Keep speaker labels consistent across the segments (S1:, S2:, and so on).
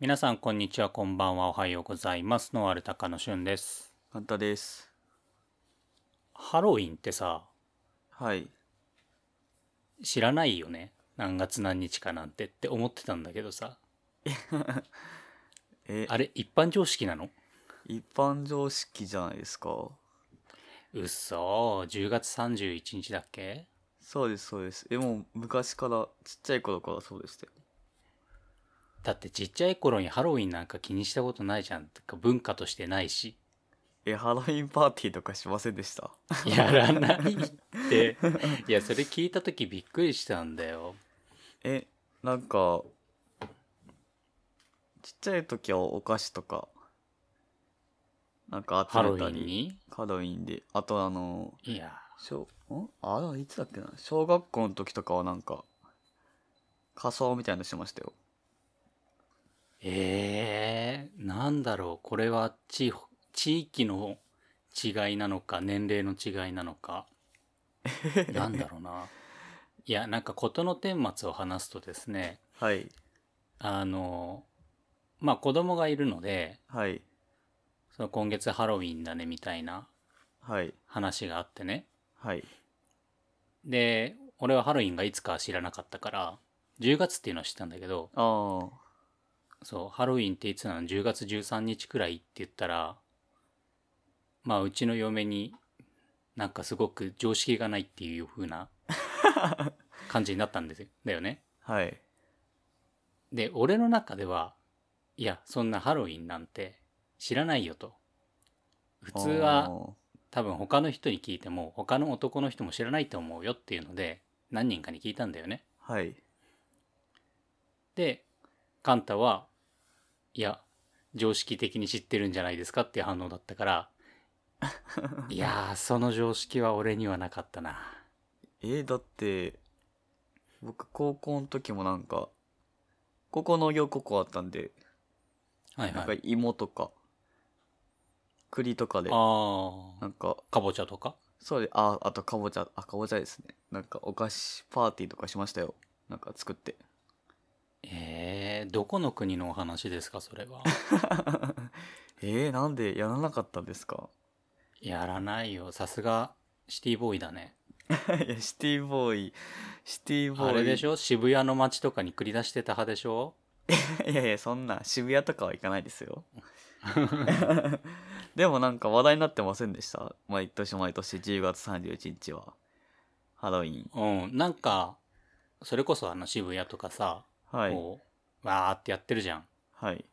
S1: 皆さんこんにちはこんばんはおはようございますノンアルタカのしゅんです
S2: カンタです。
S1: ハロウィンってさ
S2: はい。
S1: 知らないよね何月何日かなんてって思ってたんだけどさ
S2: え、
S1: あれ一般常識なの
S2: 一般常識じゃないですか。
S1: うっそー10月31日だっけ
S2: そうです、そうです。え、もう昔から、ちっちゃい頃からそうでしたよ。
S1: だってちっちゃい頃にハロウィンなんか気にしたことないじゃんてか文化としてないし
S2: え、ハロウィンパーティーとかしませんでした。
S1: やらないっていやそれ聞いた時びっくりしたんだよ
S2: え、なんか、ちっちゃい時はお菓子とか、なんか集
S1: ハロウ
S2: めた
S1: ィン
S2: り、
S1: に
S2: ハロウィンで、あとあの、
S1: いや
S2: 小んあれいつだっけな小学校の時とかはなんか仮装みたいなのしてましたよ
S1: えー、なんだろうこれは地地域の違いなのか年齢の違いなのかなんだろうないやなんか事の顛末を話すとですね
S2: はい
S1: あのまあ子供がいるので
S2: はい
S1: その今月ハロウィンだねみたいな
S2: はい
S1: 話があってね
S2: はい
S1: で俺はハロウィンがいつかは知らなかったから10月っていうのは知ったんだけど
S2: ああ
S1: そう、ハロウィンっていつなの ?10 月13日くらいって言ったら、まあ、うちの嫁になんかすごく常識がないっていう風 な感じになったんですよ。だよね。
S2: はい
S1: で、俺の中では、いや、そんなハロウィンなんて知らないよと。普通は
S2: あー
S1: 多分他の人に聞いても他の男の人も知らないと思うよっていうので何人かに聞いたんだよね。
S2: はい
S1: で、カンタは、いや、常識的に知ってるんじゃないですかっていう反応だった から、いやー、その常識は俺にはなかったな。
S2: えーだって僕高校の時もなんか高校農業高校あったんで、
S1: はい
S2: なん
S1: は
S2: か
S1: い。
S2: 芋とか栗とかで
S1: あ
S2: な
S1: あ
S2: んか
S1: かぼちゃとか
S2: そうでああとかぼちゃあかぼちゃですねなんかお菓子パーティーとかしましたよなんか作って
S1: えー、どこの国のお話ですか、それ は。
S2: えー、なんでやらなかったんですか
S1: やらないよ。さすが、シティボーイだね。
S2: いやシティボーイシティボーイ
S1: あれでしょ渋谷の街とかに繰り出してた派でしょ
S2: いやいやそんな渋谷とかは行かないですよ でもなんか話題になってませんでした毎年毎年10月31日はハロウィン
S1: うん。なんか、それこそあの渋谷とかさ、
S2: はい
S1: こう、わーってやってるじゃん。
S2: はい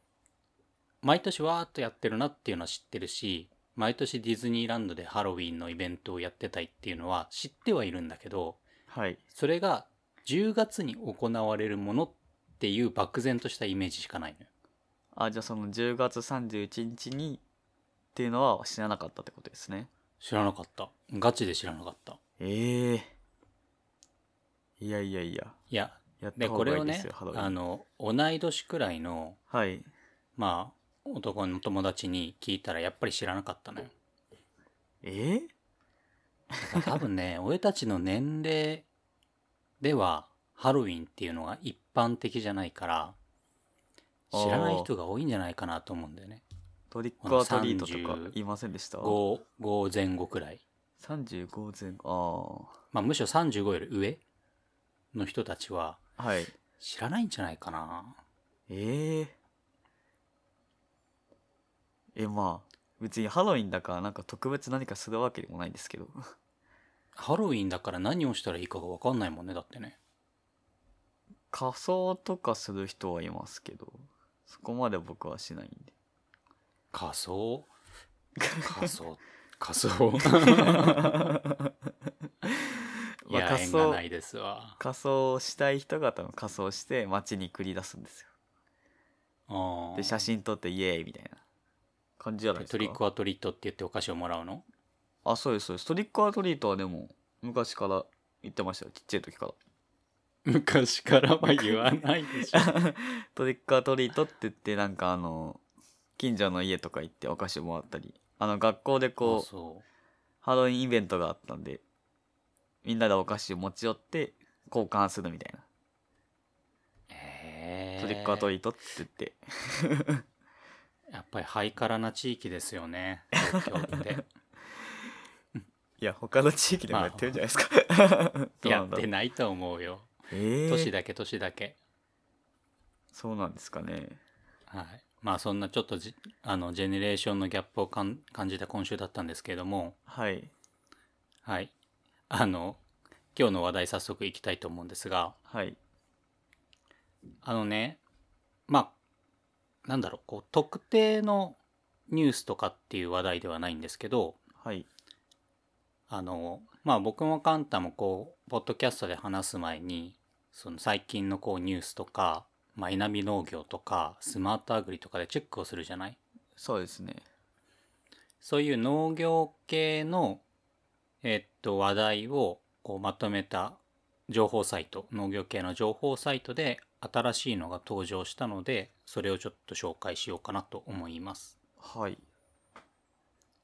S1: 毎年わーっとやってるなっていうのは知ってるし毎年ディズニーランドでハロウィンのイベントをやってたいっていうのは知ってはいるんだけど
S2: はい
S1: それが10月に行われるものっていう漠然としたイメージしかないのよ
S2: あじゃあその10月31日にっていうのは知らなかったってことですね
S1: 知らなかったガチで知らなかった
S2: ええいやいやいや
S1: いや
S2: やった
S1: で
S2: 方
S1: これ
S2: がい
S1: を
S2: いで
S1: ね
S2: すよハロウィ
S1: あ
S2: ン
S1: の同い年くらいの
S2: はい
S1: まあ男の友達に聞いたらやっぱり知らなかったのよ
S2: えー
S1: 多分ね俺たちの年齢ではハロウィンっていうのが一般的じゃないから知らない人が多いんじゃないかなと思うんだよね
S2: トリックアトリートとか
S1: 30
S2: 言いませんでした
S1: 55前後くらい、
S2: 35前後
S1: まあ、むしろ35より上の人たちは
S2: ああはい
S1: 知らないんじゃないかな
S2: えええまあ別にハロウィンだからなんか特別何かするわけでもないんですけど
S1: ハロウィンだから何をしたらいいかが分かんないもんねだってね
S2: 仮装とかする人はいますけどそこまで僕はしないん で
S1: 仮装仮装 仮装 い
S2: まあ
S1: や
S2: 仮
S1: 縁が
S2: 装
S1: ないです わ
S2: 仮装したい人が多分仮装して街に繰り出すんですよ
S1: あ
S2: で写真撮ってイエーイみたいな感じじゃないです
S1: ト
S2: か
S1: リックはトリートって言ってお菓子をもらうの
S2: あそうですそうですトリックアトリートはでも昔から言ってましたよちっちゃい時から
S1: 昔からは言わないで しょ
S2: トリックアトリートって言ってなんかあの近所の家とか行ってお菓子もらったりあの学校でこう
S1: そ
S2: ハロウィンイベントがあったんでみんなでお菓子を持ち寄って交換するみたいな
S1: うへえ
S2: トリックアトリートって言って
S1: やっぱりハイカラな地域ですよね 東京って
S2: いや他の地域でもやってるんじゃないですか、ど う
S1: や
S2: な
S1: っ
S2: んだろ
S1: て
S2: う
S1: ないと思うよ
S2: え
S1: 年
S2: ー、
S1: だけ年だけ
S2: そうなんですかね
S1: はいまあそんなちょっとじあのジェネレーションのギャップをかん感じた今週だったんですけれども
S2: はい
S1: はいあの今日の話題早速いきたいと思うんですが
S2: はい
S1: あのねまあなんだろうこう特定のニュースとかっていう話題ではないんですけど
S2: はい
S1: あのまあ僕もカンタもこうポッドキャストで話す前にその最近のこうニュースとか、まあ、稲見農業とかスマートアグリとかでチェックをするじゃない
S2: そうですね
S1: そういう農業系の、えっと、話題をこうまとめた情報サイト農業系の情報サイトで新しいのが登場したのでそれをちょっと紹介しようかなと思います。
S2: はい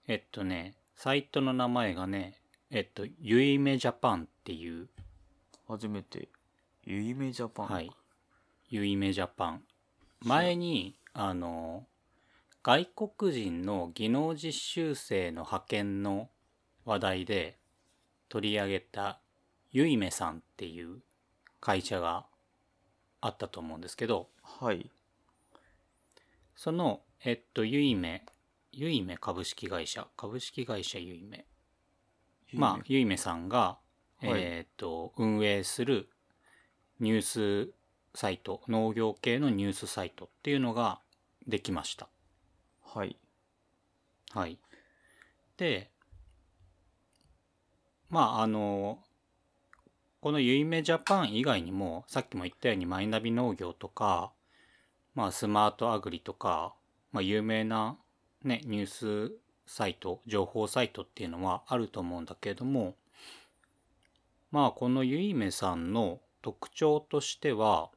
S1: えっとねサイトの名前がねえっとゆいめジャパンっていう
S2: 初めてゆいめジャパン
S1: はい。ゆいめジャパン。前に、あの、外国人の技能実習生の派遣の話題で取り上げたゆいめさんっていう会社があったと思うんですけど、
S2: はい
S1: その、えっと、ゆいめ、ゆいめ株式会社、株式会社ゆいめ。まあ、ゆいめさんが、
S2: はい
S1: えーっと、運営するニュースサイト、農業系のニュースサイトっていうのができました。
S2: あはい
S1: はい。で、まあ、あの、このゆいめジャパン以外にも、さっきも言ったようにマイナビ農業とか、まあ、スマートアグリとか、まあ、有名なね、ニュースサイト、情報サイトっていうのはあると思うんだけれども、まあ、このゆいめさんの特徴としては、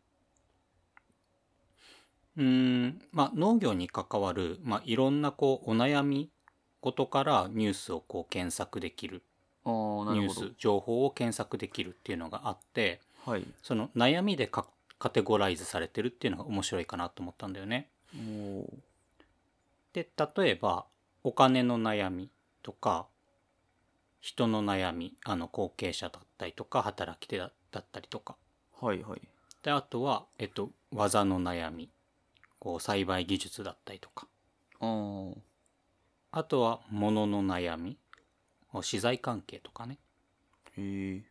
S1: うーん、まあ、農業に関わる、まあ、いろんなこうお悩み事からニュースをこう検索できる
S2: あーな
S1: ニュ
S2: る
S1: ー
S2: ほど
S1: ス情報を検索できるっていうのがあって
S2: はい
S1: その悩みでかカテゴライズされてるっていうのが面白いかなと思ったんだよね。
S2: もう
S1: で例えばお金の悩みとか人の悩みあの後継者だったりとか働き手だだったりとか
S2: はいはい
S1: であとは、えっと、技の悩みこう栽培技術だったりとか
S2: あー
S1: あとは物の悩み資材関係とかね、
S2: へえ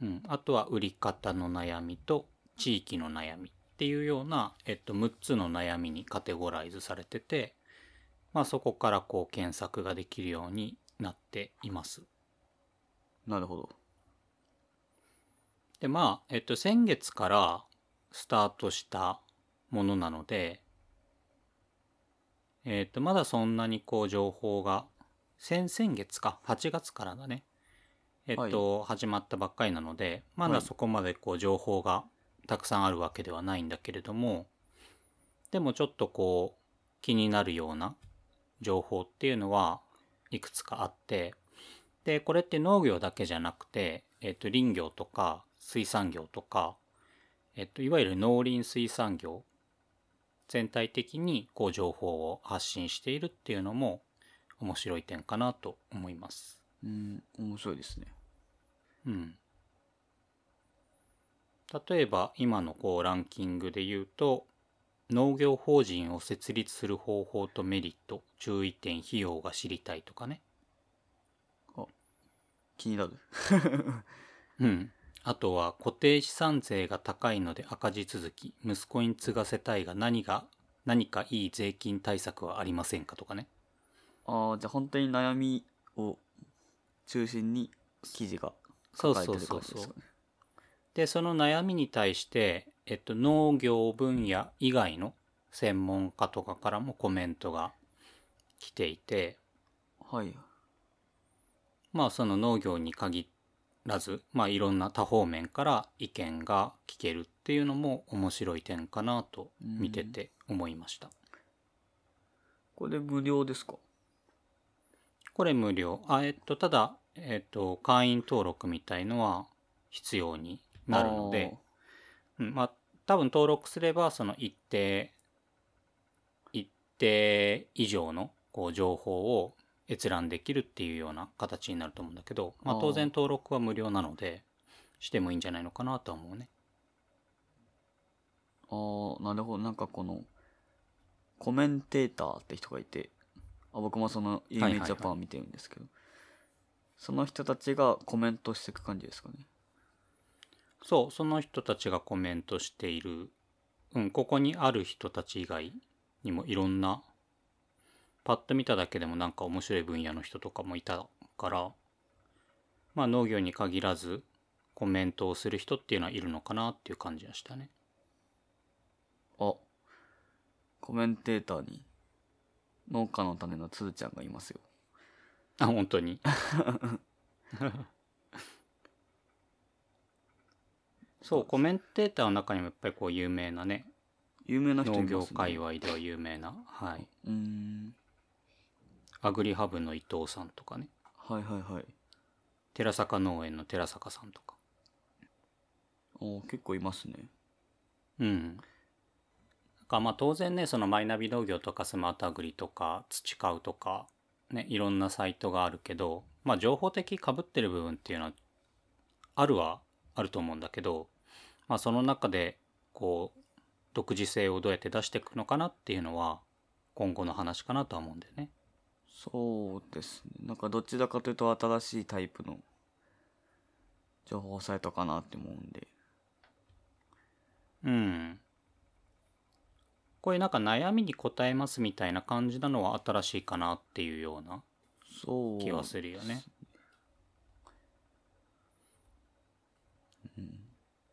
S1: うん、あとは売り方の悩みと地域の悩みっていうような、えっと、6つの悩みにカテゴライズされてて、まあ、そこからこう検索ができるようになっています。
S2: なるほど
S1: でまあ、えっと、先月からスタートしたものなので、えっと、まだそんなにこう情報が先々月か8月からだねえっと、始まったばっかりなのでま
S2: は
S1: だ
S2: い
S1: そこまでこう情報がたくさんあるわけではないんだけれどもでもちょっとこう気になるような情報っていうのはいくつかあってでこれって農業だけじゃなくて、えっと林業とか水産業とか、えっといわゆる農林水産業全体的にこう情報を発信しているっていうのも面白い点かなと思います。
S2: うん面白いですね
S1: うん、例えば今のこうランキングで言うと農業法人を設立する方法とメリット注意点費用が知りたいとかね、
S2: 気になる
S1: うん、あとは固定資産税が高いので赤字続き息子に継がせたいが何が何かいい税金対策はありませんかとかね
S2: ああじゃあ本当に悩みを中心に記事が
S1: そ
S2: 書
S1: う
S2: かれて
S1: そう
S2: る
S1: そうそ
S2: 感じで
S1: う
S2: すかね
S1: でその悩みに対して、えっと、農業分野以外の専門家とかからもコメントが来ていて
S2: はい
S1: まあその農業に限らず、まあ、いろんな多方面から意見が聞けるっていうのも面白い点かなと見てて思いました。
S2: これ無料ですか
S1: これ無料。あ、えっと、ただ、えっと、会員登録みたいのは必要になるので、うんまあ、多分登録すればその一定一定以上のこう情報を閲覧できるっていうような形になると思うんだけど、まあ、
S2: あー
S1: 当然登録は無料なのでしてもいいんじゃないのかなとは思うね。
S2: あーなるほどなんかこのコメンテーターって人がいてあ僕もその「有
S1: はいはいはい
S2: 名ジャパン」見てるんですけど、その人たちがコメントしていく感じですかね
S1: そうその人たちがコメントしている、うん、ここにある人たち以外にもいろんなパッと見ただけでもなんか面白い分野の人とかもいたからまあ農業に限らずコメントをする人っていうのはいるのかなっていう感じがしたね。
S2: あコメンテーターに農家の種のつーちゃんがいますよ
S1: あ本当にそうコメンテーターの中にもやっぱりこう有名なね
S2: 有名な人い
S1: 農
S2: ますね
S1: 業界隈では有名な、はいう
S2: ーん
S1: アグリハブの伊藤さんとかね
S2: はいはいはい
S1: 寺坂農園の寺坂さんとか
S2: おー結構いますね
S1: うんなんかまあ当然ねそのマイナビ農業とかスマートアグリとか土買うとかねいろんなサイトがあるけどまあ情報的かぶってる部分っていうのはあるはあると思うんだけどまあその中でこう独自性をどうやって出していくのかなっていうのは今後の話かなとは思うんだよね。
S2: そうですねなんかどちらかというと新しいタイプの情報サイトかなって思うんで
S1: うん。こういうなんか悩みに答えますみたいな感じなのは新しいかなっていうような
S2: そう
S1: 気はするよね。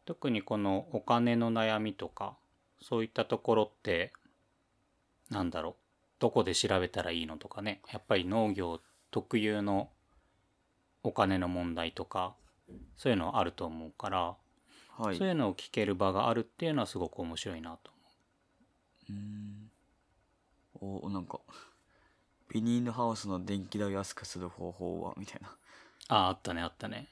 S1: 特にこのお金の悩みとかそういったところってなんだろうどこで調べたらいいのとかねやっぱり農業特有のお金の問題とかそういうのはあると思うから、
S2: はい
S1: そういうのを聞ける場があるっていうのはすごく面白いなと
S2: うーんおなんかビニールハウスの電気代を安くする方法はみたいな
S1: あああったねあったね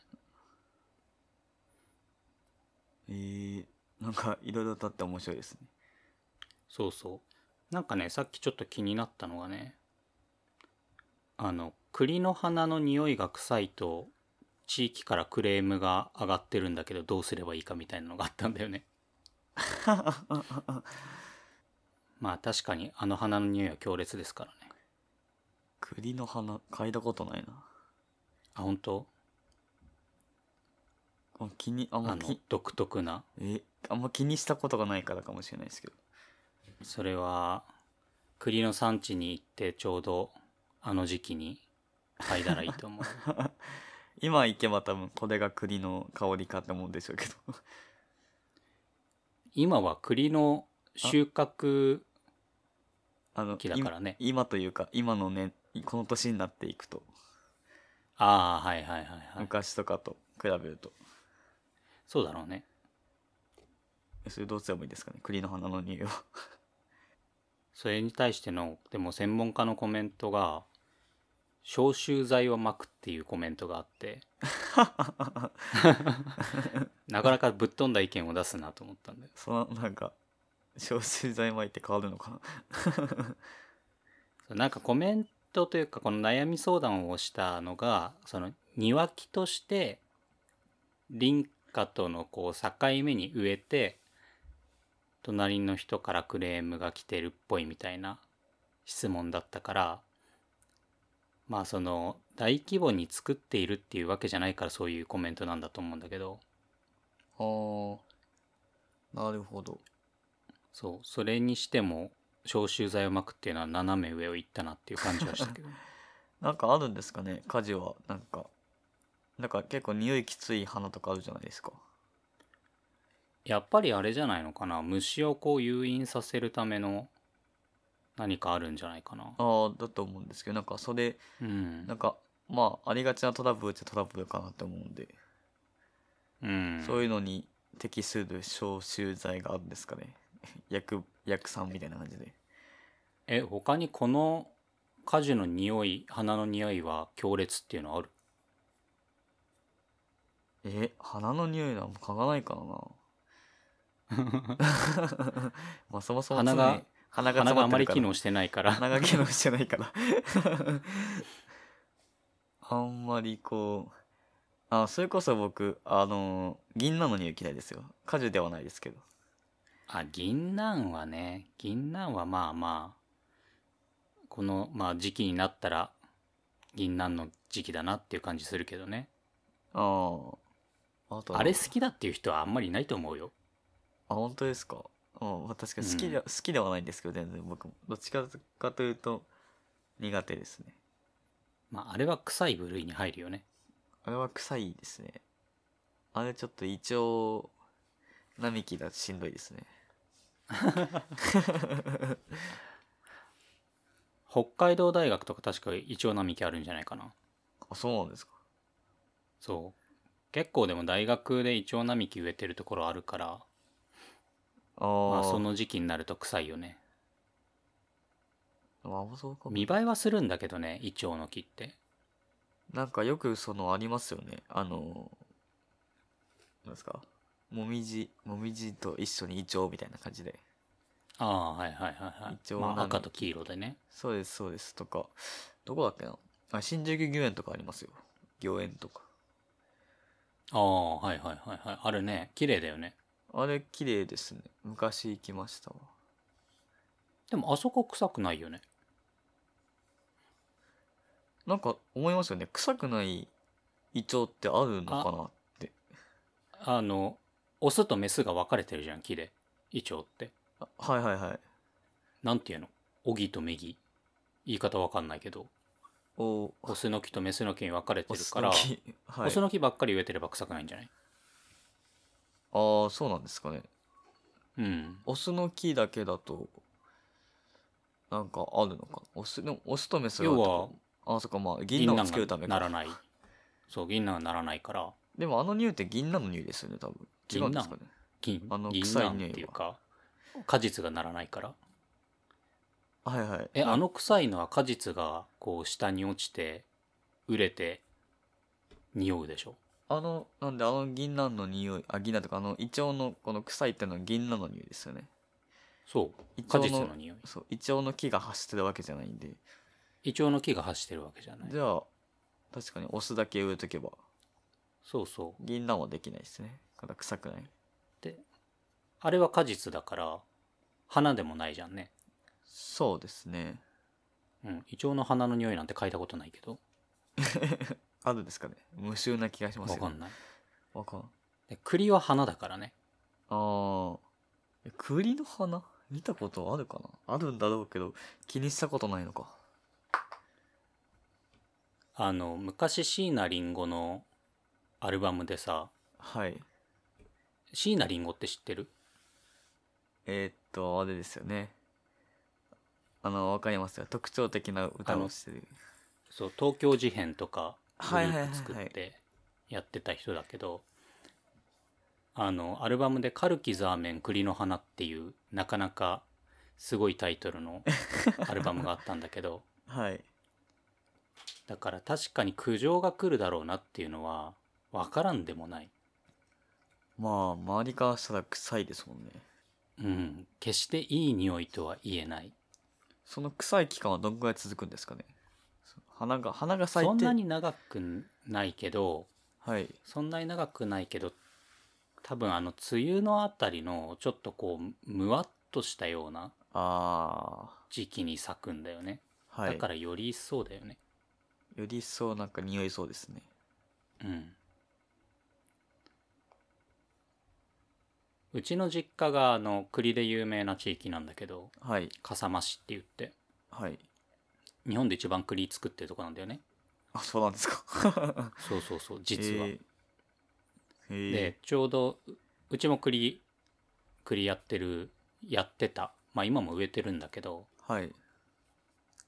S2: えー、なんかいろいろとあって面白いですね
S1: そうそうなんかねさっきちょっと気になったのがねあの栗の花の匂いが臭いと地域からクレームが上がってるんだけどどうすればいいかみたいなのがあったんだよねまあ確かにあの花の匂いは強烈ですからね
S2: 栗の花嗅いだことないな
S1: あ本当
S2: あ気にあん
S1: あ
S2: ま
S1: の
S2: き
S1: 独特な
S2: えあんま気にしたことがないからかもしれないですけど
S1: それは栗の産地に行ってちょうどあの時期に嗅いだらいいと思う
S2: 今行けば多分これが栗の香りかって思うんでしょうけど
S1: 今は栗の収穫
S2: あの
S1: 期だからね
S2: い今というか今のねこの年になっていくと、
S1: ああはいはいはいはい
S2: 昔とかと比べると
S1: そうだろうね
S2: それどうすればいいですかね栗の花の匂いは
S1: それに対してのでも専門家のコメントが「消臭剤をまく」っていうコメントがあってなかなかぶっ飛んだ意見を出すなと思ったんだよ
S2: そのなんか消臭剤巻いて変わるのかな
S1: そうなんかコメントというかこの悩み相談をしたのがその庭木として林家とのこう境目に植えて隣の人からクレームが来てるっぽいみたいな質問だったからまあその大規模に作っているっていうわけじゃないからそういうコメントなんだと思うんだけど
S2: あなるほど
S1: そうそれにしても消臭剤をまくっていうのは斜め上を行ったなっていう感じはしたけど
S2: なんかあるんですかね家事はなんかなんか結構匂いきつい花とかあるじゃないですか
S1: やっぱりあれじゃないのかな虫をこう誘引させるための何かあるんじゃないかな
S2: ああだと思うんですけどなんかそれ
S1: うん
S2: なんかまあありがちなトラブルっちゃトラブルかなって思うんで、
S1: うん
S2: そういうのに適する消臭剤があるんですかね 薬薬酸みたいな感じで
S1: え他にこの果樹の匂い花の匂いは強烈っていうのある
S2: え花の匂いなんか嗅がないからなまあそもそも
S1: 鼻が
S2: 鼻が
S1: 鼻があまり機
S2: 詰
S1: 能
S2: って
S1: してないか
S2: るから
S1: ら
S2: 鼻が機能してないから あんまりこうあそれこそ僕あの銀杏の匂い嫌いですよ果樹ではないですけど
S1: あ銀杏はね銀杏はまあまあこの、まあ、時期になったら銀杏の時期だなっていう感じするけどね
S2: あああとは
S1: あれ好きだっていう人はあんまりいないと思うよ
S2: あ本当ですかうんまあ確かに好きで,、
S1: うん
S2: 好きではないんですけど全然僕もどっちかというと苦手ですね
S1: まああれは臭い部類に入るよね
S2: あれは臭いですねあれちょっと胃腸並木だとしんどいですね
S1: 北海道大学とか確かイチョウ並木あるんじゃないかな
S2: あそうなんですか
S1: そう結構でも大学でイチョウ並木植えてるところあるから
S2: あ、
S1: ま
S2: あ
S1: あ、その時期になると臭いよね
S2: あそうか
S1: 見栄えはするんだけどねイチョウの木って
S2: なんかよくそのありますよねあのなんですかもみじもみじと一緒に胃腸みたいな感じで
S1: ああはいはいはいは
S2: イチ
S1: い、
S2: ョウ
S1: ま
S2: 並木
S1: あ、赤と黄色でね
S2: そうですそうですとかどこだっけなあ新宿御苑とかありますよ御苑とか
S1: ああはいはいはいはいあるね綺麗だよね
S2: あれ綺麗ですね昔行きましたわ
S1: でもあそこ臭くないよね
S2: なんか思いますよね臭くない胃腸ってあるのかなって
S1: あのオスとメスが分かれてるじゃん木でイチョウって
S2: あはいはいはい
S1: なんていうのオギとメギ言い方わかんないけど
S2: お
S1: オスの木とメスの木に分かれてるから
S2: お
S1: オ
S2: 酢
S1: ス,、
S2: の木はい
S1: の木ばっかり植えてれば臭くないんじゃない
S2: ああそうなんですかね
S1: うん
S2: オスの木だけだとなんかあるのかなオスでもオスとメスがある
S1: 要
S2: と
S1: は
S2: あそっかまあ銀杏をつけるため
S1: 銀杏がなら
S2: か
S1: ないそう銀杏がならないから
S2: でもあの匂いって銀杏の匂いですよね多分違うんですかね
S1: 銀
S2: あの
S1: 銀
S2: 臭い
S1: 杏っていうか果実がならないから
S2: はいはい
S1: えあの臭いのは果実がこう下に落ちて熟れて匂うでしょ
S2: あのなんであの銀杏の匂いあ銀杏とかあのイチョウのこの臭いってのは銀杏の匂いですよね
S1: そう
S2: イチ
S1: 果
S2: ョウ
S1: 実
S2: の
S1: の匂い
S2: そうイチョウの木が発してるわけじゃないんで
S1: イチョウの木が発してるわけじゃない
S2: じゃあ確かにオスだけ植えとけば
S1: そうそう
S2: 銀杏はできないですねだから臭くない
S1: であれは果実だから花でもないじゃんね
S2: そうですね
S1: うんイチョウの花の匂いなんて嗅いだことないけど
S2: あるんですかね無臭な気がします
S1: わ
S2: よ
S1: か
S2: ね
S1: んない
S2: わかんない
S1: で栗は花だからね
S2: ああ栗の花見たことあるかなあるんだろうけど気にしたことないのか
S1: あの昔椎名林檎のアルバムでさ
S2: はい
S1: 椎名林檎って知ってる
S2: えーっとあれですよねあのわかりますよ特徴的な歌をしてる
S1: そう東京事変とかグ
S2: はい
S1: ル
S2: はいはいはい
S1: ープ作ってやってた人だけど、あのアルバムで「カルキザーメン栗の花」っていうなかなかすごいタイトル のアルバムがあったんだけど
S2: はい
S1: だから確かに苦情が来るだろうなっていうのは分からんでもない、
S2: まあ周りからしたら臭いですもんね
S1: うん、決していい匂いとは言えない
S2: その臭い期間はどんぐらい続くんですかねそ花が花が咲いて
S1: そんなに長くないけど
S2: はい
S1: そんなに長くないけど多分あの梅雨のあたりのちょっとこうむわっとしたような
S2: あ
S1: 時期に咲くんだよね、
S2: あはい
S1: だからより一層だよね
S2: より一層なんか匂いそうですね
S1: うんうちの実家があの栗で有名な地域なんだけど
S2: はい
S1: 笠間市って言って
S2: はい
S1: 日本で一番栗作ってるとこなんだよね
S2: あそうなんですか
S1: そうそうそう 実は、
S2: へえへえ
S1: でちょうどううちも栗栗やってるやってたまあ今も植えてるんだけど
S2: はい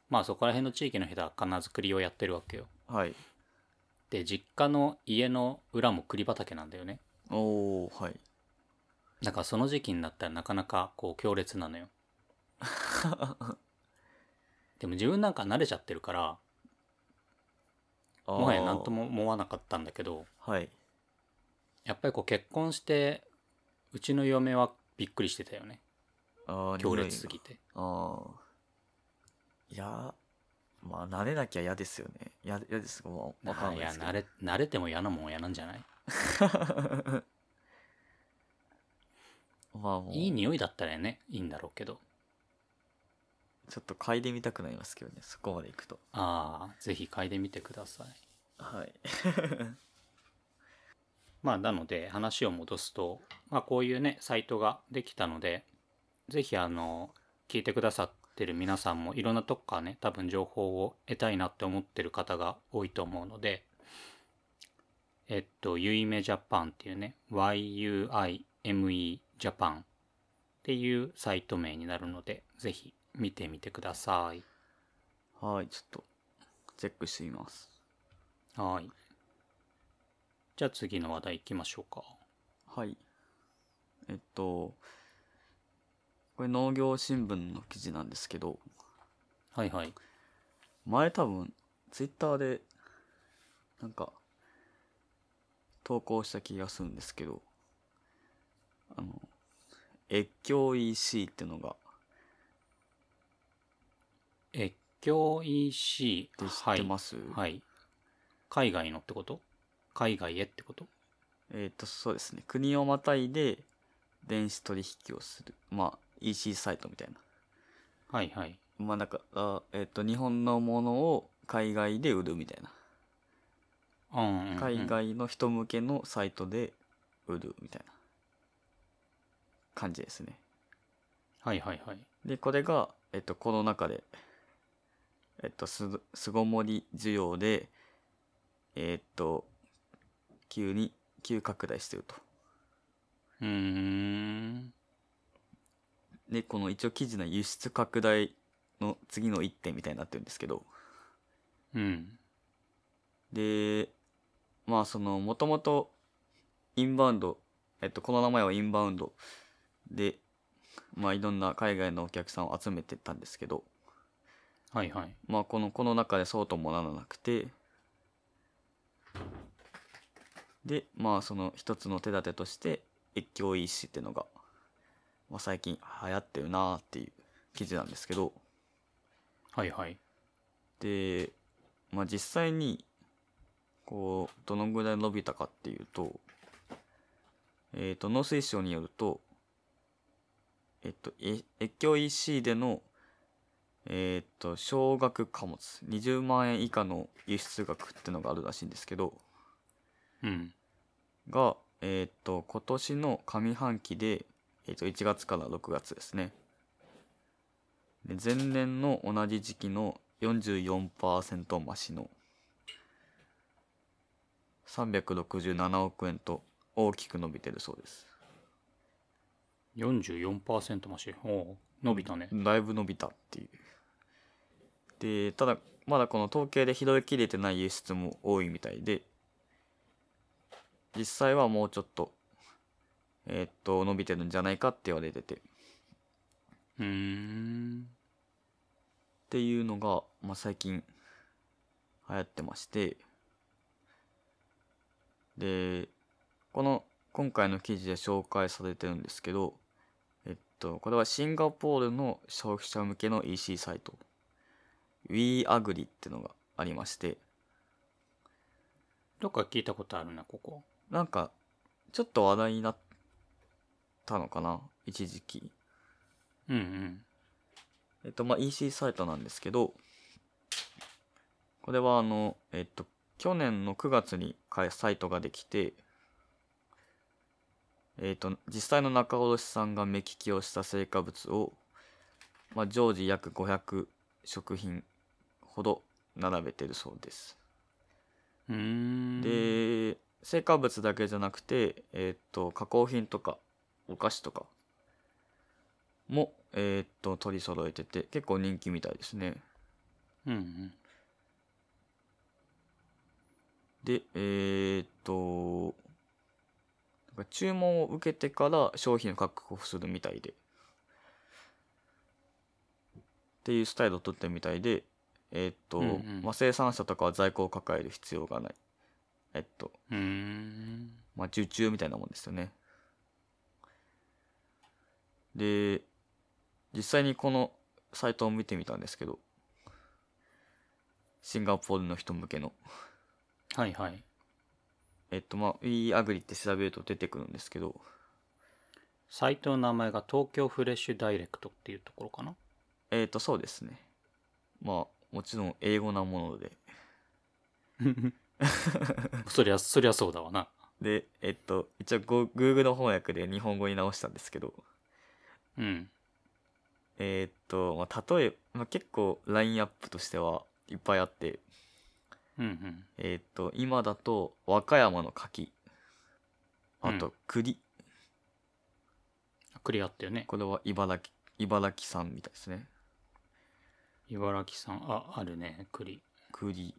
S1: まあそこら辺の地域の人は必ず栗をやってるわけよ
S2: はい
S1: で実家の家の裏も栗畑なんだよね
S2: おおはい
S1: だからその時期になったらなかなかこう強烈なの よでも自分なんか慣れちゃってるからも
S2: も
S1: はや何とも思わなかったんだけど
S2: はい
S1: やっぱりこう結婚してうちの嫁はびっくりしてたよね
S2: ああ
S1: 強烈すぎて
S2: ああいやまあ慣れなきゃ嫌ですよね嫌嫌ですかもうわかんない
S1: い
S2: で
S1: や
S2: すけど
S1: 慣れ慣れても嫌なもん嫌なんじゃない
S2: まあもう
S1: いい匂いだったらねいいんだろうけど
S2: ちょっと嗅いでみたくなりますけどねそこまでいくと
S1: ああぜひ嗅いでみてください
S2: はい
S1: まあなので話を戻すと、まあ、こういうねサイトができたのでぜひあの聞いてくださってる皆さんもいろんなとこからね多分情報を得たいなって思ってる方が多いと思うのでえっとゆいめジャパンっていうね YUIME ジャパンっていうサイト名になるのでぜひ見てみてください
S2: はいちょっとチェックしてみます
S1: はいじゃあ次の話題行きましょうか
S2: はいえっとこれ農業新聞の記事なんですけど
S1: はいはい
S2: 前多分ツイッターでなんか投稿した気がするんですけどあの越境 EC ってのが
S1: 越境 EC
S2: って知ってます、
S1: はい、はい、海外のってこと海外へってこと
S2: えっ、とそうですね国をまたいで電子取引をするまあ EC サイトみたいな
S1: はいはい
S2: まあなんかあえっ、と日本のものを海外で売るみたいな
S1: うんうんうん
S2: 海外の人向けのサイトで売るみたいな感じですね
S1: はいはいはい
S2: でこれが、えっと、コロナ禍で、えっと、す巣ごもり需要でえっと急に急拡大してると
S1: うーん
S2: でこの一応記事の輸出拡大の次の一点みたいになってるんですけど
S1: うん
S2: でまあそのもともとインバウンドえっとこの名前はインバウンドでまあいろんな海外のお客さんを集めてたんですけど
S1: はいはい
S2: まあこのこの中でそうともならなくてでまあその一つの手立てとして越境 EC っていうのが、まあ、最近流行ってるなーっていう記事なんですけど
S1: はいはい
S2: で、まあ、実際にこうどのぐらい伸びたかっていうと,、えー、と農水省によると、えっと、え越境 EC での、えー、と少額貨物20万円以下の輸出額っていうのがあるらしいんですけど
S1: うん
S2: が、えっと今年の上半期で、えっと1月から6月ですねで前年の同じ時期の44%増しの367億円と大きく伸びてるそうです
S1: 44%増しおう伸びたね
S2: だいぶ伸びたっていうでただまだこの統計で拾いきれてない輸出も多いみたいで実際はもうちょっとえーっと伸びてるんじゃないかって言われててっ
S1: うーん
S2: ていうのが、まあ、最近流行ってましてでこの今回の記事で紹介されてるんですけどえっとこれはシンガポールの消費者向けの EC サイト WeAgri ってのがありまして
S1: どっか聞いたことあるなここ
S2: なんかちょっと話題になったのかな一時期
S1: うんうん
S2: えっとまあ EC サイトなんですけどこれはあのえっと去年の9月にかサイトができてえっと実際の仲卸さんが目利きをした成果物を、まあ、常時約500食品ほど並べてるそうです
S1: うーん
S2: で成果物だけじゃなくて、えーっと加工品とかお菓子とかも、えーっと取り揃えてて結構人気みたいですね
S1: うんうん
S2: でえーっとなんか注文を受けてから商品を確保するみたいでっていうスタイルを取ってるみたいでえーっと、
S1: うんうん
S2: まあ、生産者とかは在庫を抱える必要がないえっと
S1: うーん
S2: まあ、受注みたいなもんですよね。で、実際にこのサイトを見てみたんですけど、シンガポールの人向けの。
S1: はいはい。
S2: えっと、まあ、WeAgri って調べると出てくるんですけど、
S1: サイトの名前が東京フレッシュダイレクトっていうところかな。
S2: えっと、そうですね。まあ、もちろん英語なもので。
S1: そりゃ、そりゃそうだわな。
S2: で、えっと、一応ゴ Google の翻訳で日本語に直したんですけど、
S1: うん。
S2: えーっと、まあ、例え、まあ、結構ラインアップとしてはいっぱいあって、
S1: うんうん。
S2: えーっと、今だと和歌山の柿、あ
S1: う
S2: と栗、
S1: クリアったよね。
S2: これは茨城、茨城産みたいですね。
S1: 茨城さん、あ、あるね、栗。
S2: 栗、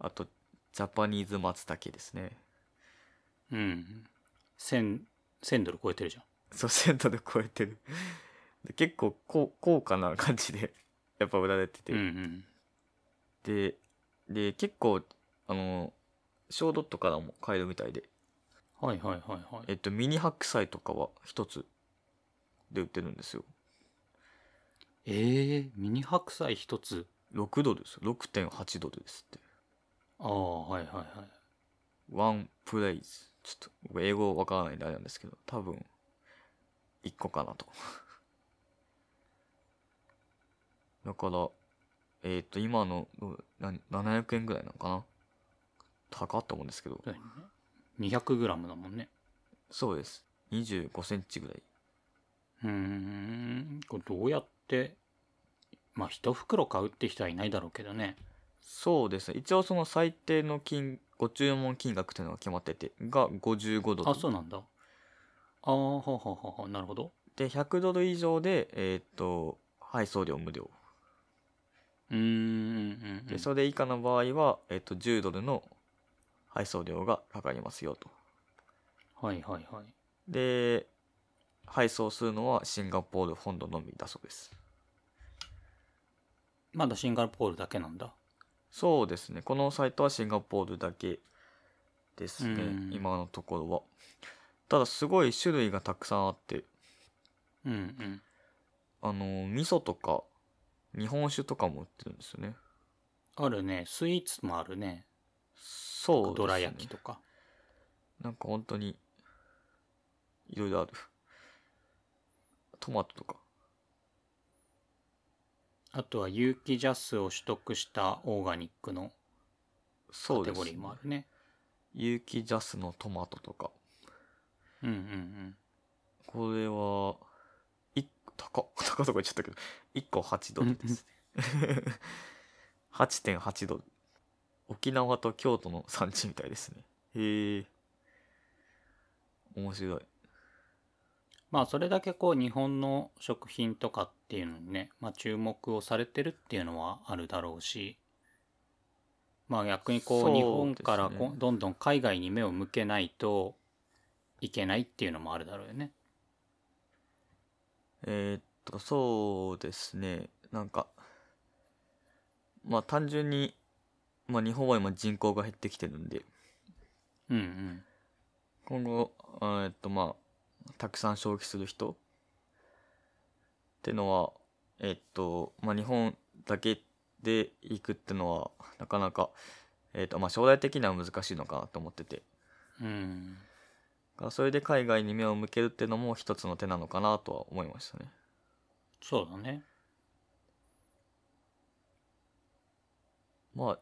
S2: あとジャパニーズ松茸ですね。
S1: うん。1000、1000ドル超えてるじゃん。
S2: そう、セントで超えてる。で結構こう高価な感じで、 やっぱ売られてて、
S1: うんうん。
S2: で、で、結構、あの、小ドットからも買えるみたいで、
S1: はいはいはいはい。
S2: えっと、ミニ白菜とかは一つで売ってるんですよ。
S1: えー、ミニ白菜一つ。
S2: 6ドルですよ。6.8ドルですって。
S1: ああ、はいはいはい。
S2: ワンプレイズ。ちょっと、僕英語わからないんであれなんですけど、多分、1個かなと。 だから、えっと、今の、どう何700円ぐらいなのかな高って思うんですけど、
S1: そうだよね 200g だもんね。
S2: そうです。25センチぐらい。
S1: うーん。これどうやって、まあ一袋買うって人はいないだろうけどね。
S2: そうですね。一応その最低の金、ご注文金額というのが決まってて、が55ドル。
S1: あ、そうなんだ。ああ、ははははなるほど。
S2: で、100ドル以上で、えーっと、配送料無料。
S1: うーんうんう
S2: で、
S1: ん。
S2: それ以下の場合は、えーっと、10ドルの配送料がかかりますよと。
S1: はいはいはい。
S2: で、配送するのはシンガポール本土のみだそうです。
S1: まだシンガポールだけなんだ。
S2: そうですね。このサイトはシンガポールだけですね
S1: うん。
S2: 今のところは。ただ、すごい種類がたくさんあって、
S1: うんうん。
S2: あのー、味噌とか、日本酒とかも売ってるんですよね。
S1: あるね。スイーツもあるね。
S2: そうですね。
S1: どら焼きとか。
S2: なんか本当に、いろいろある。トマトとか。
S1: あとは有機ジャスを取得したオーガニックのカ
S2: そう
S1: テ
S2: です、
S1: ゴリーもあるね。
S2: 有機ジャスのトマトとか。
S1: うんうんうん。
S2: これは、い高っ、高っとか言っちゃったけど、1個8ドルですね。8.8ドル。沖縄と京都の産地みたいですね。へえ。面白い。
S1: まあそれだけこう日本の食品とかっていうのにね、まあ注目をされてるっていうのはあるだろうし、まあ逆にこ
S2: そう
S1: う
S2: で
S1: 日
S2: すね
S1: 本からこうどんどん海外に目を向けないといけないっていうのもあるだろうよね。
S2: えーっと、そうですね。なんか、まあ単純に、まあ日本は今人口が減ってきてるんで、
S1: うんうん。
S2: 今後、あーえっとまあ、たくさん消費する人ってのは、えっと、まあ日本だけで行くってのは、なかなか、えっと、まあ将来的には難しいのかなと思ってて、
S1: うん。
S2: だからそれで海外に目を向けるってのも一つの手なのかなとは思いましたね。
S1: そうだね。
S2: まあ、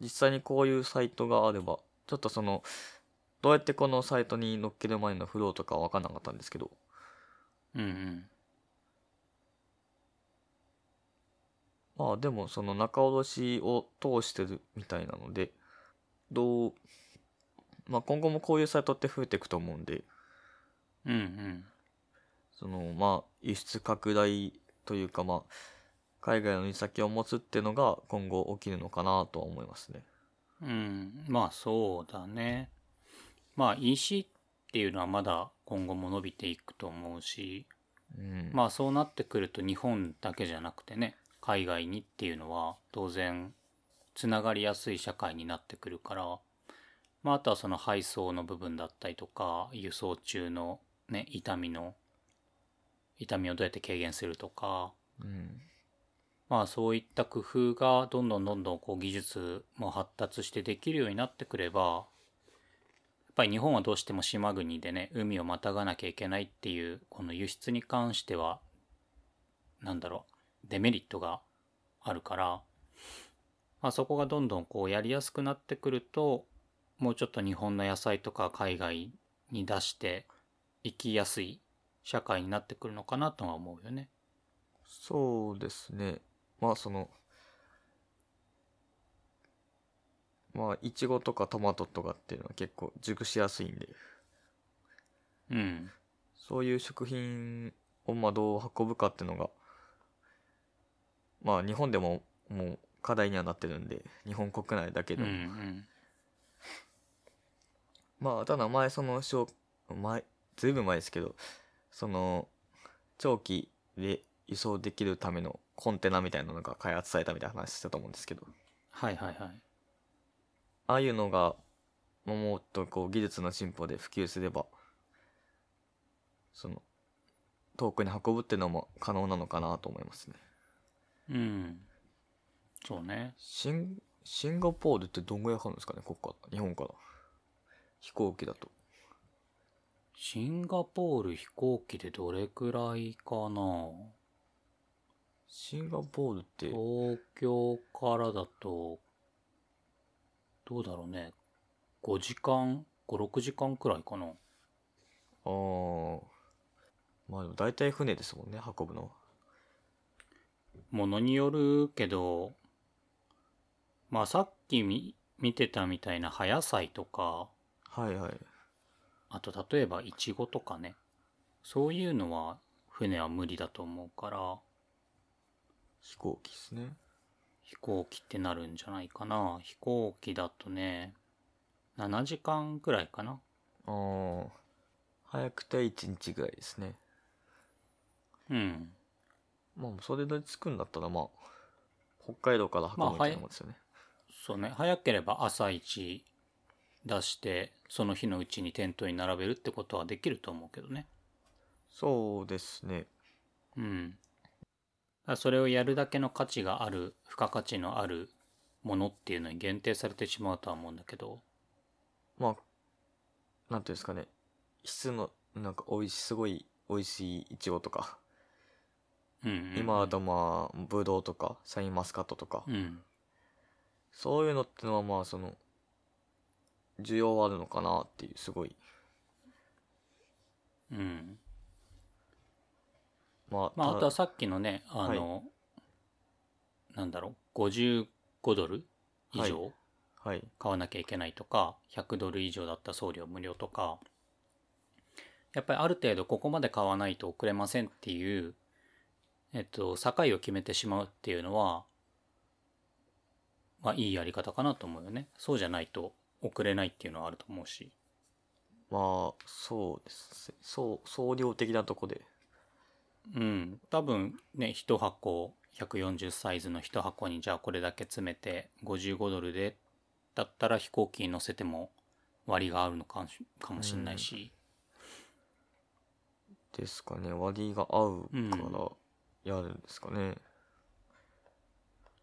S2: 実際にこういうサイトがあれば、ちょっとその、どうやってこのサイトに載っける前のフローとかは分かんなかったんですけど、
S1: うんうん。
S2: まあでもその中卸を通してるみたいなので、どう、まあ今後もこういうサイトって増えていくと思うんで、
S1: うんうん。
S2: そのまあ輸出拡大というかまあ、海外の輸先を持つっていうのが今後起きるのかなとは思いますね。
S1: うん、まあそうだね。まあ EC っていうのはまだ今後も伸びていくと思うし、
S2: うん。
S1: まあそうなってくると日本だけじゃなくてね、海外にっていうのは当然つながりやすい社会になってくるから、まああとはその配送の部分だったりとか、輸送中のね、痛みの痛みをどうやって軽減するとか、
S2: うん
S1: まあそういった工夫がどんどんどんどんこう技術も発達してできるようになってくれば、やっぱり日本はどうしても島国でね、海をまたがなきゃいけないっていう、この輸出に関しては、なんだろう、デメリットがあるから、まあそこがどんどんこうやりやすくなってくると、もうちょっと日本の野菜とか海外に出して行きやすい社会になってくるのかなとは思うよね。
S2: そうですねまあそのまあいちごとかトマトとかっていうのは結構熟しやすいんで
S1: うん。
S2: そういう食品をまあどう運ぶかっていうのがまあ日本でももう課題にはなってるんで日本国内だけ
S1: う
S2: で
S1: んう
S2: も、
S1: ん。
S2: まあただ前その小前ずいぶん前ですけどその長期で輸送できるためのコンテナみたいなのが開発されたみたいな話したと思うんですけど
S1: はいはいはい。
S2: ああいうのがまあもっとこう技術の進歩で普及すればその遠くに運ぶっていうのも可能なのかなと思いますね
S1: うん。そうね。
S2: シンシンガポールってどんぐらいかかるんですかねここから日本から飛行機だと
S1: シンガポール飛行機でどれくらいかな
S2: シンガポールって
S1: 東京からだと、どうだろうね。5時間、5、6時間くらいかな。
S2: ああ。まあでも大体船ですもんね、運ぶのは。
S1: ものによるけど、まあさっき見見てたみたいな葉野菜とか、
S2: はいはい。
S1: あと例えばイチゴとかね。そういうのは船は無理だと思うから、
S2: 飛行機ですね。
S1: 飛行機ってなるんじゃないかな。飛行機だとね、7時間くらいかな。
S2: ああ。早くて1日ぐらいですね。
S1: うん。
S2: まあそれで着くんだったらまあ、北海道から運ぶみたいなもんですよね。
S1: そうね。早ければ朝一出して、その日のうちに店頭に並べるってことはできると思うけどね。
S2: そうですね。
S1: うん。だからそれをやるだけの価値がある、付加価値のあるものっていうのに限定されてしまうとは思うんだけど。
S2: まあ、なんていうんですかね。質の、なんか美味し、すごい美味しいイチゴとか、
S1: うんうんうん、
S2: 今だとまあ、ブドウとか、シャインマスカットとか、
S1: うん。
S2: そういうのってのはまあその需要はあるのかなっていうすごい
S1: うん。
S2: まあ、
S1: まあ、あとは
S2: た
S1: さっきのね、あの、なんだろう、55ドル以上、
S2: はい
S1: 買わなきゃいけないとか100ドル以上だったら送料無料とかやっぱりある程度ここまで買わないと送れませんっていうえっと境を決めてしまうっていうのはまあいいやり方かなと思うよねそうじゃないと送れないっていうのはあると思うし
S2: まあそうですそう総量的なとこで
S1: うん多分ね1箱140サイズの1箱にじゃあこれだけ詰めて55ドルでだったら飛行機に乗せても割があるのかもしかもしれないし、
S2: ですかね割が合う
S1: うん
S2: からやるんですかね、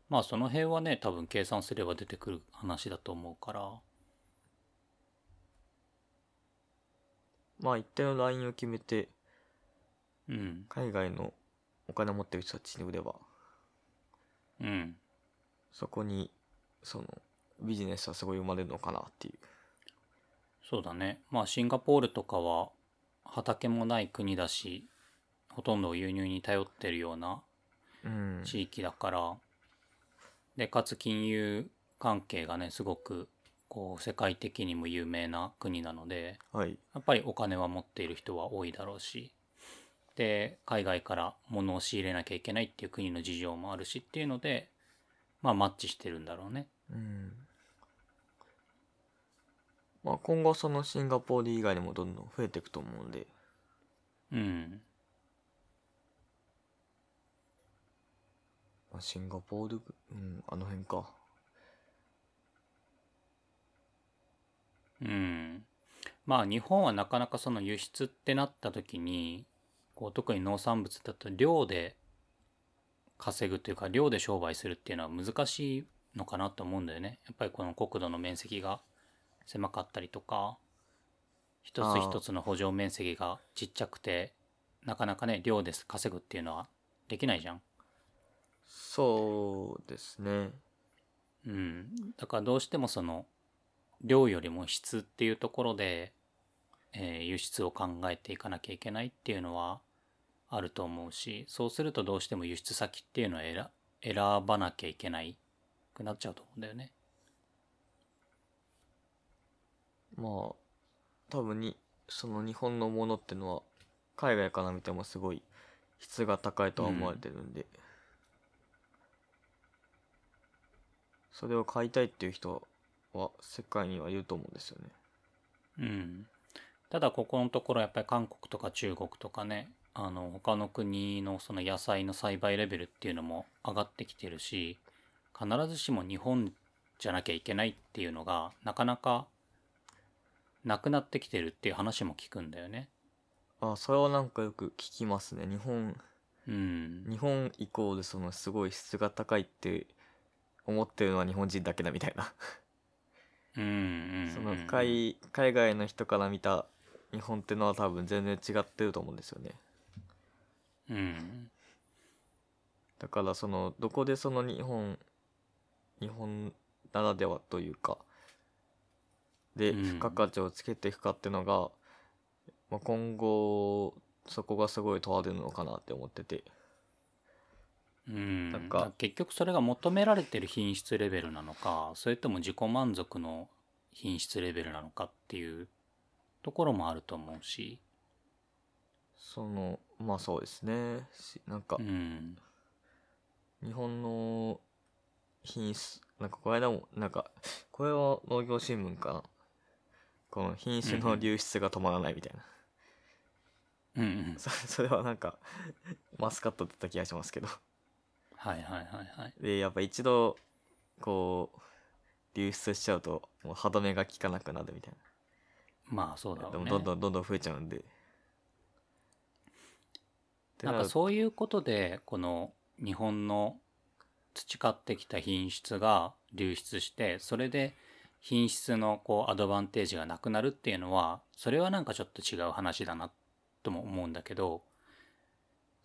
S1: まあその辺はね多分計算すれば出てくる話だと思うから
S2: まあ一定のラインを決めて
S1: うん
S2: 海外のお金持ってる人たちに売れば
S1: うん
S2: そこにそのビジネスはすごい生まれるのかなっていう
S1: そうだねまあシンガポールとかは畑もない国だしほとんど輸入に頼ってるような
S2: うん
S1: 地域だから、でかつ金融関係がねすごくこう世界的にも有名な国なので
S2: はい
S1: やっぱりお金は持っている人は多いだろうしで海外から物を仕入れなきゃいけないっていう国の事情もあるしっていうのでまあマッチしてるんだろうね
S2: うんまあ今後そのシンガポール以外にもどんどん増えていくと思うんで
S1: うん
S2: まあ、シンガポール、うん、あの辺か。
S1: うんまあ日本はなかなかその輸出ってなった時にこう特に農産物だと量で稼ぐというか量で商売するっていうのは難しいのかなと思うんだよねやっぱりこの国土の面積が狭かったりとか一
S2: あ
S1: つ
S2: ー
S1: 一つの補助面積がちっちゃくてなかなかね量で稼ぐっていうのはできないじゃん。
S2: そうですね。
S1: うん、だからどうしてもその量よりも質っていうところで、えー輸出を考えていかなきゃいけないっていうのはあると思うしそうするとどうしても輸出先っていうのを選選ばなきゃいけないくなっちゃうと思うんだよね。
S2: まあ、多分に、その日本のものってのは、海外から見てもすごい質が高いとは思われてるんで、それを買いたいっていう人は、世界にはいると思うんですよね。
S1: うん、ただここのところやっぱり韓国とか中国とかねあの他の国のその野菜の栽培レベルっていうのも上がってきてるし必ずしも日本じゃなきゃいけないっていうのがなかなかなくなってきてるっていう話も聞くんだよね。
S2: あ、それはなんかよく聞きますね。日本、
S1: うん、
S2: 日本イコールそのすごい質が高いって思ってるのは日本人だけだみたいな。
S1: うんうん
S2: そ
S1: うんう
S2: の
S1: ん
S2: 海海外の人から見た日本ってのは多分全然違ってると思うんですよね
S1: うん
S2: だからそのどこでその日本日本ならではというかで
S1: うん
S2: 付加価値をつけていくかってのが、まあ、今後そこがすごい問われるのかなって思ってて
S1: うん、
S2: なんか
S1: だら結局それが求められてる品質レベルなのかそれとも自己満足の品質レベルなのかっていうところもあると思うし、
S2: そのまあそうですねしなんか
S1: うん、
S2: 日本の品質なんかこの間もなんかこれは農業新聞かなこの品種
S1: うん
S2: の
S1: うん
S2: 流出が止まらないみたいな、
S1: うんうん
S2: そそれはなんかマスカットだった気がしますけど
S1: はいはいはいはい
S2: でやっぱ一度こう流出しちゃうともう歯止めが効かなくなるみたい
S1: まあそうだ
S2: な、
S1: ろ
S2: で
S1: う
S2: も
S1: ね
S2: どんどんどんどん増えちゃうんでって
S1: なん
S2: る
S1: かそういうことでこの日本の培ってきた品質が流出してそれで品質のこうアドバンテージがなくなるっていうのはそれはなんかちょっと違う話だなとも思うんだけど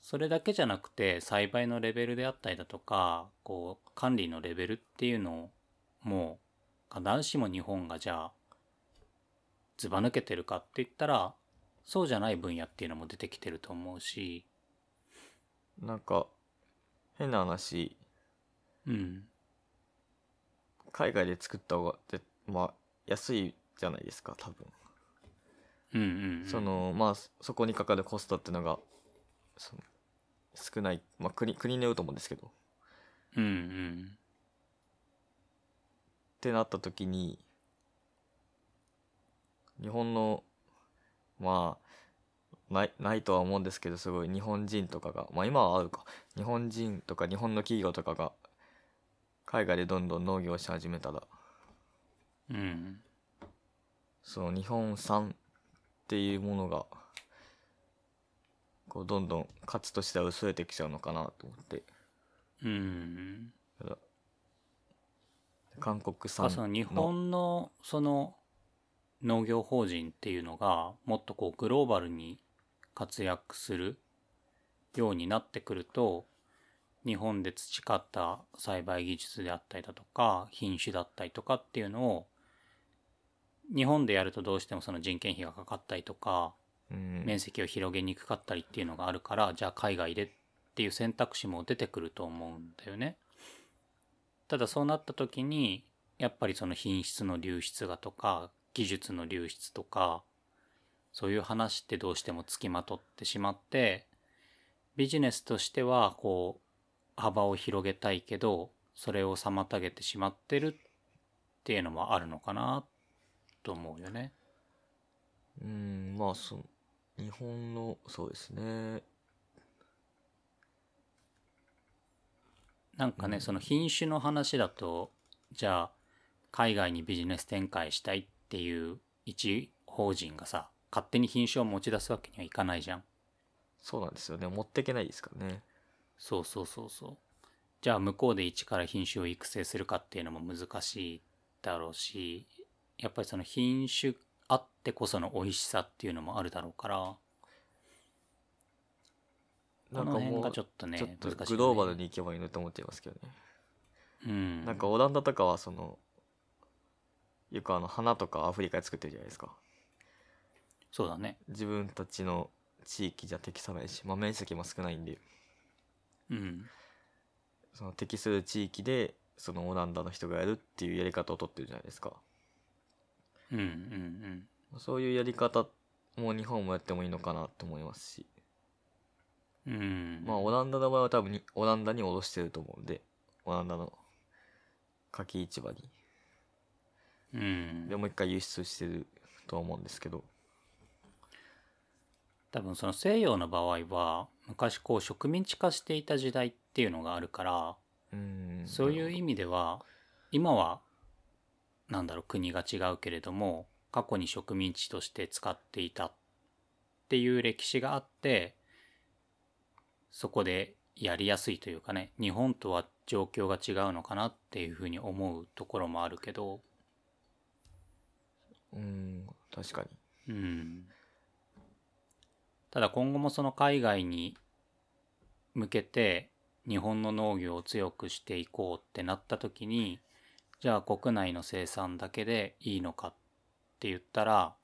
S1: それだけじゃなくて栽培のレベルであったりだとかこう管理のレベルっていうのも必ずしも日本がじゃあずば抜けてるかって言ったらそうじゃない分野っていうのも出てきてると思うし。
S2: なんか変な話
S1: うん
S2: 海外で作った方がぜまあ安いじゃないですか多分
S1: うんうんうん
S2: そのまあそそこにかかるコストってのがその少ない、まあ、国国によると思うんですけどっ
S1: うんうん
S2: てなった時に日本のまあないないとは思うんですけどすごい日本人とかがまあ今はあるか日本人とか日本の企業とかが海外でどんどん農業し始めたら
S1: うん
S2: その日本産っていうものがこうどんどん価値としては薄れてきちゃうのかなと思って
S1: うん
S2: 韓国
S1: ま
S2: 産
S1: あその日本のその農業法人っていうのがもっとこうグローバルに活躍するようになってくると日本で培った栽培技術であったりだとか品種だったりとかっていうのを日本でやるとどうしてもその人件費がかかったりとか
S2: うん
S1: 面積を広げにくかったりっていうのがあるからじゃあ海外でっていう選択肢も出てくると思うんだよね。ただそうなった時にやっぱりその品質の流出がとか技術の流出とかそういう話ってどうしてもつきまとってしまってビジネスとしてはこう幅を広げたいけどそれを妨げてしまってるっていうのもあるのかなと思うよね。
S2: うんまあその日本のそうですね
S1: なんかね、
S2: うん
S1: その品種の話だとじゃあ海外にビジネス展開したいっていう一法人がさ勝手に品種を持ち出すわけにはいかないじゃん。
S2: そうなんですよね持っていけないですからね
S1: そうそうそうそう。じゃあ向こうで一から品種を育成するかっていうのも難しいだろうし、やっぱりその品種あってこその美味しさっていうのもあるだろうから、
S2: な
S1: こ
S2: ん
S1: の
S2: か
S1: 辺
S2: も
S1: が
S2: う
S1: ち
S2: ち
S1: ょ
S2: ょ
S1: っとね、
S2: っと
S1: 難しい、
S2: グローバル。に行けばいいのって思ってますけどね
S1: うん。
S2: なんかオランダとかはそのよくあの花とかアフリカで作ってるじゃないですか
S1: そうだね。
S2: 自分たちの地域じゃ適さないし、まあ、面積も少ないんで
S1: うん。
S2: その適する地域でそのオランダの人がやるっていうやり方を取ってるじゃないですか
S1: うんうんうん。
S2: そういうやり方も日本もやってもいいのかなって思いますし
S1: うん。
S2: まあオランダの場合は多分にオランダに卸してると思うんでオランダの柿市場に
S1: うん
S2: で。もう一回輸出してるとは思うんですけど
S1: 多分その西洋の場合は、昔こう植民地化していた時代っていうのがあるから、
S2: うん
S1: そういう意
S2: 味
S1: 味では今はなんだろう国が違うけれども過去に植民地として使っていたっていう歴史があってそこでやりやすいというかね日本とは状況が違うのかなっていうふうに思うところもあるけど
S2: うん確かに
S1: うんただ今後もその海外に向けて日本の農業を強くしていこうってなった時にじゃあ国内の生産だけでいいのかって言ったら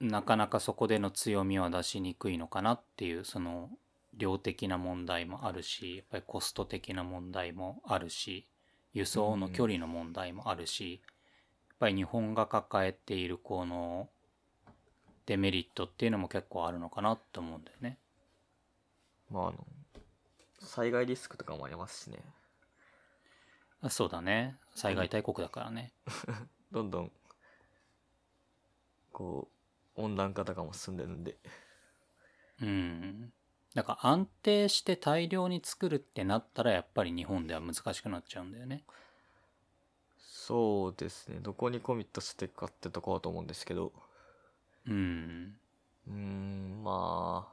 S1: なかなかそこでの強みは出しにくいのかなっていうその量的な問題もあるしやっぱりコスト的な問題もあるし輸送の距離の問題もあるし、やっぱり日本が抱えているこのデメリットっていうのも結構あるのかなと思うんだよね。
S2: まああの災害リスクとかもありますしね
S1: あそうだね。災害大国だからね。
S2: どんどんこう温暖化とかも進んでるんで
S1: うん。だから安定して大量に作るってなったらやっぱり日本では難しくなっちゃうんだよね。
S2: そうですねどこにコミットしていくかってとこだと思うんですけど
S1: うん。
S2: うーんまあ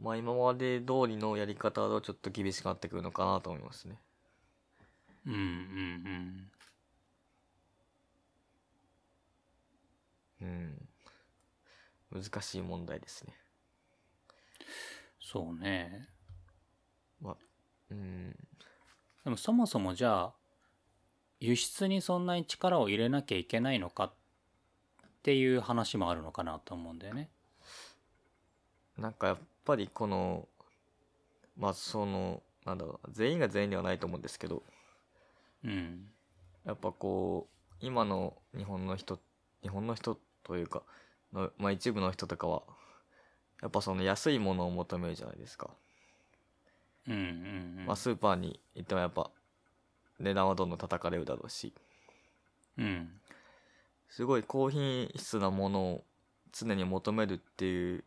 S2: まあ今まで通りのやり方はちょっと厳しくなってくるのかなと思いますね
S1: うんうんうん。
S2: うん難しい問題ですね
S1: そうね。
S2: まあうん
S1: でもそもそもじゃあ輸出にそんなに力を入れなきゃいけないのかっていう話もあるのかなと思うんだよね。
S2: なんかやっぱりこのまあそのなんだろうな全員が全員ではないと思うんですけど
S1: うん。
S2: やっぱこう今の日本の人日本の人というかの、まあ、一部の人とかはやっぱその安いものを求めるじゃないですか、
S1: うんうんうん。
S2: まあ、スーパーに行ってもやっぱ値段はどんどん叩かれるだろうし
S1: うん。
S2: すごい高品質なものを常に求めるっていう、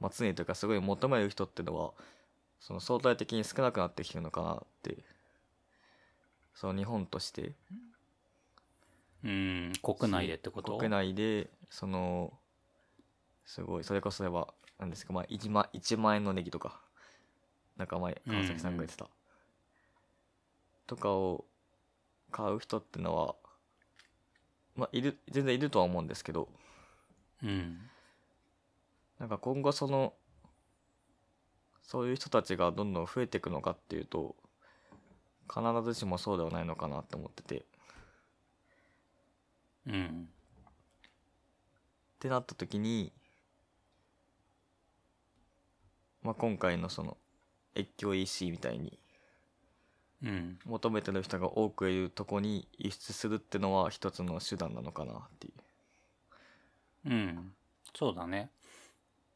S2: まあ、常にというかすごい求める人っていうのはその相対的に少なくなってきてるのかなってその日本として
S1: うん、国内でってこと
S2: 国内でそのすごいそれこそ例えば何ですか、まあ、1, 万1万円のネギとかなんか前川崎さんが言ってた、とかを買う人ってのはまあいる全然いるとは思うんですけど
S1: うん。
S2: なんか今後そのそういう人たちがどんどん増えていくのかっていうと必ずしもそうではないのかなって思っててっ
S1: うん。
S2: てなった時に、まあ、今回のその越境 EC みたいに
S1: うん。
S2: 求めてる人が多くいるとこに輸出するってのは一つの手段なのかなっていう。
S1: うん。そうだね。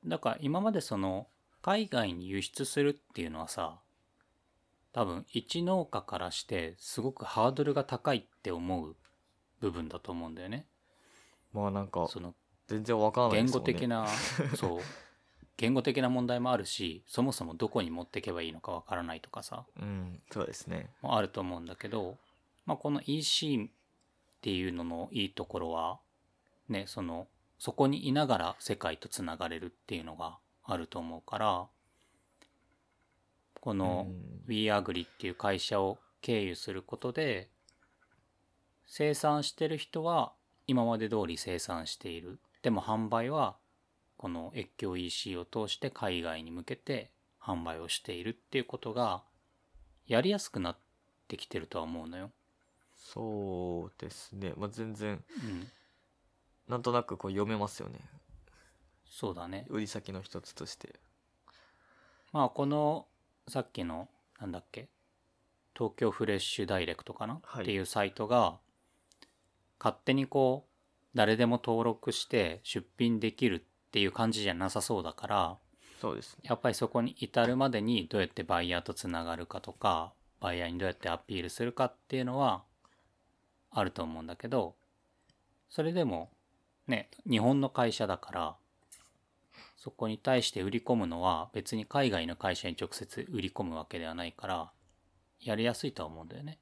S1: だから今までその、海外に輸出するっていうのはさ、多分一農家からしてすごくハードルが高いって思う部分だと思うんだよね。
S2: まあなんか
S1: その
S2: 全然わからない
S1: 言
S2: で
S1: 語
S2: すもんね。
S1: 的 な、そう。言語的な問題もあるし、そもそもどこに持ってけばいいのかわからないとかさ。
S2: うんそうですね。
S1: もあると思うんだけど、まあ、この EC っていうののいいところはねそのそこにいながら世界とつながれるっていうのがあると思うからこの
S2: うん
S1: WeAgri っていう会社を経由することで生産してる人は今まで通り生産しているでも販売はこの越境 EC を通して海外に向けて販売をしているっていうことがやりやすくなってきてるとは思うのよ。
S2: そうですね、まあ、全然
S1: うん、
S2: なんとなくこう読めますよね
S1: そうだね。
S2: 売り先の一つとして
S1: まあこのさっきのなんだっけ東京フレッシュダイレクトかな、
S2: はい
S1: っていうサイトが勝手にこう誰でも登録して出品できるっていう感じじゃなさそうだから
S2: そうですね
S1: やっぱりそこに至るまでにどうやってバイヤーとつながるかとかバイヤーにどうやってアピールするかっていうのはあると思うんだけどそれでもね日本の会社だからそこに対して売り込むのは別に海外の会社に直接売り込むわけではないからやりやすいとは思うんだよね。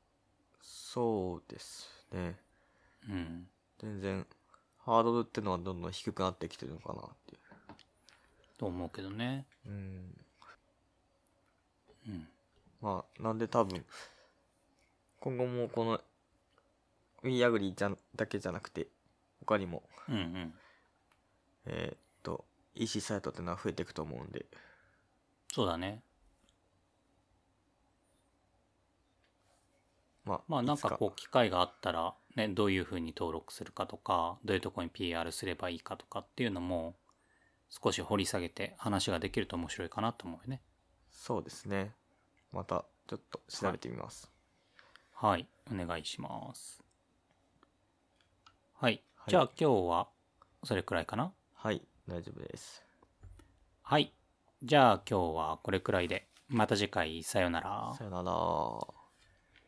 S2: そうですね
S1: うん、
S2: 全然ハードルってのはどんどん低くなってきてるのかなっていう
S1: と思うけどね。
S2: うん
S1: うん、
S2: まあなんで多分今後もこのウィーアグリじゃんだけじゃなくて他にも
S1: うん、うん
S2: えーっと EC サイトってのは増えていくと思うんで
S1: そうだね。
S2: まあ
S1: まあなんか
S2: いつ
S1: こう機会があったらねどういうふうに登録するかとかどういうとこに PR すればいいかとかっていうのも少し掘り下げて話ができると面白いかなと思うよね
S2: そうですねまたちょっと調べてみます
S1: はいお願いしますはい、
S2: はい
S1: じゃあ今日はそれくらいかな
S2: はい、大丈夫です
S1: はいじゃあ今日はこれくらいでまた次回さようなら
S2: さよなら